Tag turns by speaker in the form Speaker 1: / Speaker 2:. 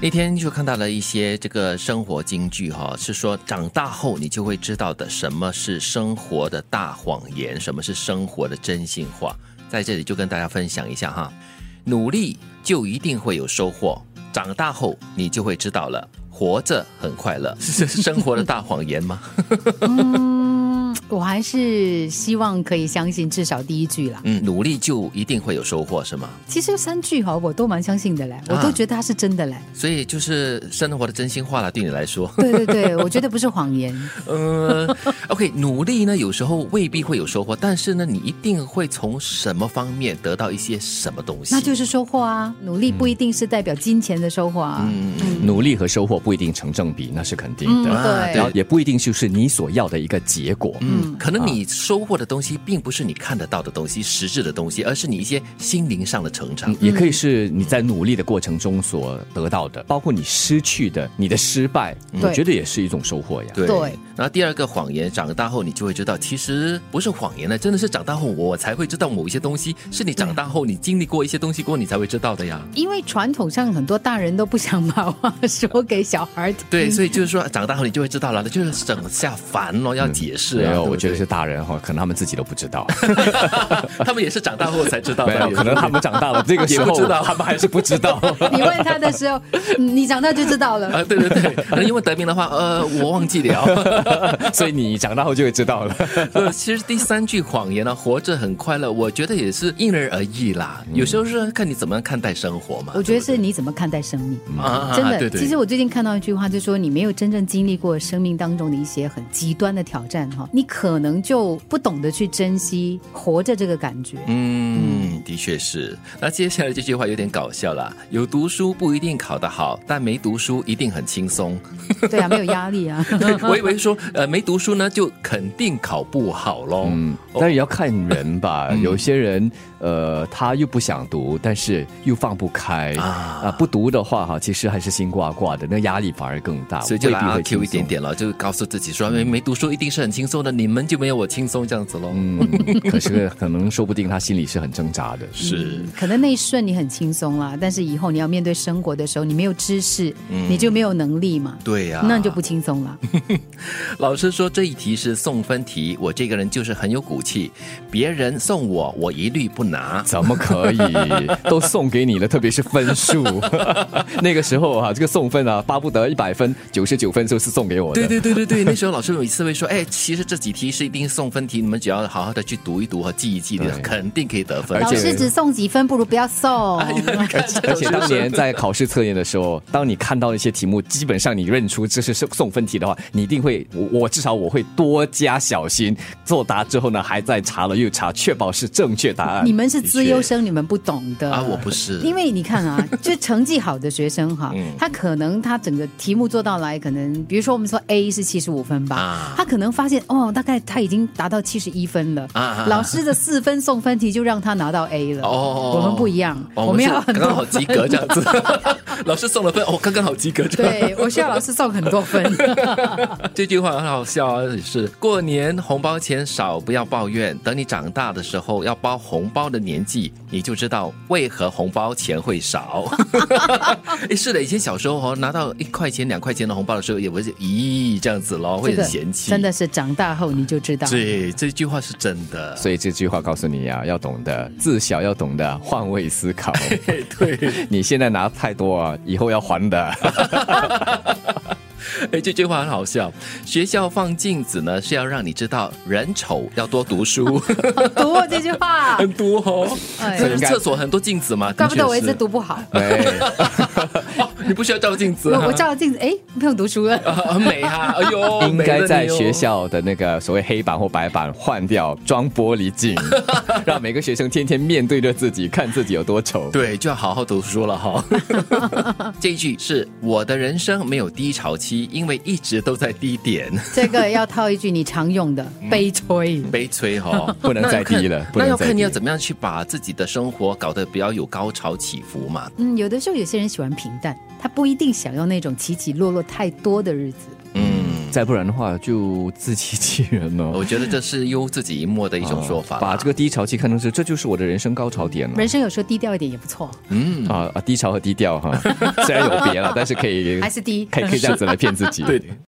Speaker 1: 那天就看到了一些这个生活金句哈、是说长大后你就会知道的什么是生活的大谎言，什么是生活的真心话，在这里就跟大家分享一下哈。努力就一定会有收获，长大后你就会知道了，活着很快乐，是生活的大谎言吗？
Speaker 2: 嗯， 我还是希望可以相信至少第一句啦。
Speaker 1: 嗯，努力就一定会有收获是吗？
Speaker 2: 其实三句哈，我都蛮相信的嘞，我都觉得它是真的嘞。
Speaker 1: 所以就是生活的真心话了，对你来说。
Speaker 2: 对对对， 我觉得不是谎言。
Speaker 1: 呃，OK，努 力呢，有时候未必会有收获，但是呢，你一定会从什么方面得到一些什么东西。
Speaker 2: 那就是收获啊！努力不一定是代表金钱的收获啊。嗯
Speaker 3: 努力和收获不一定成正比，那是肯定的。
Speaker 2: 嗯对
Speaker 3: 然后也不一定就是你所要的一个结果。
Speaker 1: 嗯，可能你收获的东西并不是你看得到的东西、实质的东西，而是你一些心灵上的成长。
Speaker 3: 嗯也可以是你在努力的过程中所得到的，包括你失去的、你的失败，我
Speaker 1: 嗯
Speaker 2: 对
Speaker 3: 觉得也是一种收获呀。
Speaker 1: 对
Speaker 2: 对
Speaker 1: 然后第二个谎言，长大后你就会知道，其实不是谎言了，真的是长大后我才会知道某一些东西，是你长大后你经历过一些东西过后，你才会知道的呀。
Speaker 3: 嗯
Speaker 2: 因为传统上很多大人都不想把话说给小孩听。
Speaker 1: 对，所以就是说，长大后你就会知道了，就是整下烦了，要解释
Speaker 3: 没
Speaker 1: 啊。
Speaker 3: 有，
Speaker 1: 对不
Speaker 3: 我觉得
Speaker 1: 对
Speaker 3: 是大人哈，可能他们自己都不知道，
Speaker 1: 啊 他们也是长大后才知道
Speaker 3: 没
Speaker 1: 的
Speaker 3: 有，，可能他们长大了这个时
Speaker 1: 也
Speaker 3: 候
Speaker 1: 不知道
Speaker 3: 他们还是不知 道。
Speaker 2: 你问他的时候，嗯你长大就知道了。
Speaker 1: 啊，对对对，可能因为得名的话，呃，我忘记了。
Speaker 3: 所以你长大后就会知道了。
Speaker 1: 呃其实第三句谎言呢，活着很快乐，我觉得也是因人而异啦。有时候是看你怎么样看待生活嘛。
Speaker 2: 我觉得是
Speaker 1: 对
Speaker 2: 你怎么看待生命。
Speaker 1: 不对啊，
Speaker 2: 真的，
Speaker 1: 对对
Speaker 2: 其实我最近看到一句话，就说你没有真正经历过生命当中的一些很极端的挑战哈，你可能就不懂得去珍惜活着这个 感觉。
Speaker 1: 嗯，的确是。那接下来这句话有点搞笑啦，有读书不一定考得好，但没读书一定很轻松。
Speaker 2: 对啊，没有压力啊。
Speaker 1: 我以为说，呃，没读书呢就肯定考不好喽。
Speaker 3: 嗯， 但也要看人吧，
Speaker 1: 嗯
Speaker 3: 有些人呃，他又不想读，但是又放不开
Speaker 1: 啊
Speaker 3: 啊、不读的话哈，其实还是心挂挂的，那压力反而更大，
Speaker 1: 所以就
Speaker 3: 未
Speaker 1: 来
Speaker 3: 必
Speaker 1: 阿
Speaker 3: 会
Speaker 1: Q
Speaker 3: 轻
Speaker 1: 一点
Speaker 3: 松。
Speaker 1: 点 了，就告诉自己说，没没读书一定是很轻松的，你们就没有我轻松这样子喽。
Speaker 3: 嗯，可是可能说不定他心里是很挣扎的。
Speaker 1: 是。
Speaker 2: 可能那一瞬你很轻松啦，但是以后你要面对生活的时候，你没有知识，你就没有能力嘛，
Speaker 1: 嗯对啊呀、
Speaker 2: 那你就不轻松了。
Speaker 1: 老师说这一题是送分题，我这个人就是很有骨气，别人送我我一律不拿。
Speaker 3: 怎么 可以？都送给你了，特别是分数。 那个时候啊，这个送分啊，巴不得一百分、九十九分就是送给我的。
Speaker 1: 对对对对 对，那时候老师有一次会说，哎，其实这几题是一定送分题，你们只要好好的去读一读和记一记，你
Speaker 3: 对
Speaker 1: 肯定可以得分
Speaker 3: 而。
Speaker 2: 老
Speaker 3: 且
Speaker 2: 师只送几分，不如不 要送。
Speaker 1: 哎
Speaker 3: 而且当年在考试测验的时候，当你看到一些题目，基本上你认出这是送送分题的话，你一定会，我我至少我会多加小心。作答之后呢，还在查了又查，确保是正确答案。
Speaker 2: 你们是资优生，你们不懂的
Speaker 1: 啊，我不是，
Speaker 2: 因为你看 啊，就成绩好的学生哈，
Speaker 1: 嗯
Speaker 2: 他可能他整个题目做到来，可能比如说我们说 A 是七十五分吧，
Speaker 1: 啊
Speaker 2: 他可能发现哦，大概他已经达到七十一分了，
Speaker 1: 啊啊啊
Speaker 2: 老师的四分送分题就让他拿到 A 了。
Speaker 1: 哦
Speaker 2: 我们不一样，
Speaker 1: 哦
Speaker 2: 我们
Speaker 1: 是
Speaker 2: 要很
Speaker 1: 刚刚好
Speaker 2: 多
Speaker 1: 及
Speaker 2: 分。
Speaker 1: 格这样 子。老师送了分，哦，刚刚好及格这样。
Speaker 2: 对，我需要老师送很 多分。
Speaker 1: 这句话很好笑啊！是过年红包钱少，不要抱怨。等你长大的时候，要包红包的年纪，你就知道为何红包钱会 少。诶是的，以前小时候哦，拿到一块钱、两块钱的红包的时候，也不是咦这样子咯，会
Speaker 2: 这
Speaker 1: 很
Speaker 2: 个
Speaker 1: 嫌弃。
Speaker 2: 真的，是长大后你就知道。
Speaker 1: 对这句话是真的。
Speaker 3: 所以这句话告诉你呀、要懂得自小要懂得换位思考。
Speaker 1: 对，
Speaker 3: 你现在拿太多啊，以后要还 的。
Speaker 1: 哎，这句话很好笑。学校放镜子呢，是要让你知道人丑要多读 书，
Speaker 2: 好毒哦这 句话，
Speaker 1: 很多哦。
Speaker 2: 哎
Speaker 3: 所以应该
Speaker 1: 厕所很多镜子嘛，
Speaker 2: 怪不得我一直
Speaker 1: 的确是
Speaker 2: 读不 好。
Speaker 3: 对。
Speaker 1: 哦你不需要照镜子、
Speaker 2: 我
Speaker 1: 啊，
Speaker 2: 我照镜子，哎，不用读书了。
Speaker 1: 啊很美 哈、哎呦，
Speaker 3: 应
Speaker 1: 美了
Speaker 3: 该
Speaker 1: 你
Speaker 3: 在
Speaker 1: 哦
Speaker 3: 学。校的那个所谓黑板或白板换掉，装玻璃镜， 让每个学生天天面对着自己，看自己有多丑。
Speaker 1: 对，就要好好读书了 哈。这一句是我的人生没有低潮期，因为一直都在低点，
Speaker 2: 这个要套一句你常用的
Speaker 1: 嗯
Speaker 2: 悲催。
Speaker 1: 悲催哦 哈、
Speaker 3: 不能再低了不
Speaker 1: 那
Speaker 3: 能
Speaker 1: 要
Speaker 3: 再
Speaker 1: 看你
Speaker 3: 低
Speaker 1: 要怎么样去把自己的生活搞得比较有高潮起伏嘛。
Speaker 2: 嗯，有的时候有些人喜欢平淡，他不一定想要那种起起落落太多的日子。
Speaker 1: 嗯，
Speaker 3: 再不然的话就自欺欺人了。
Speaker 1: 我觉得这是幽自己一默的一种说法、
Speaker 3: 啊把这个低潮期看成是这就是我的人生高潮点了
Speaker 2: 人生有时候低调一点也不错，
Speaker 1: 嗯，
Speaker 3: 啊啊！低潮和低调哈，虽然有别了，但是可以
Speaker 2: 还是低。
Speaker 3: 可以可以这样子来骗自己。
Speaker 4: 对，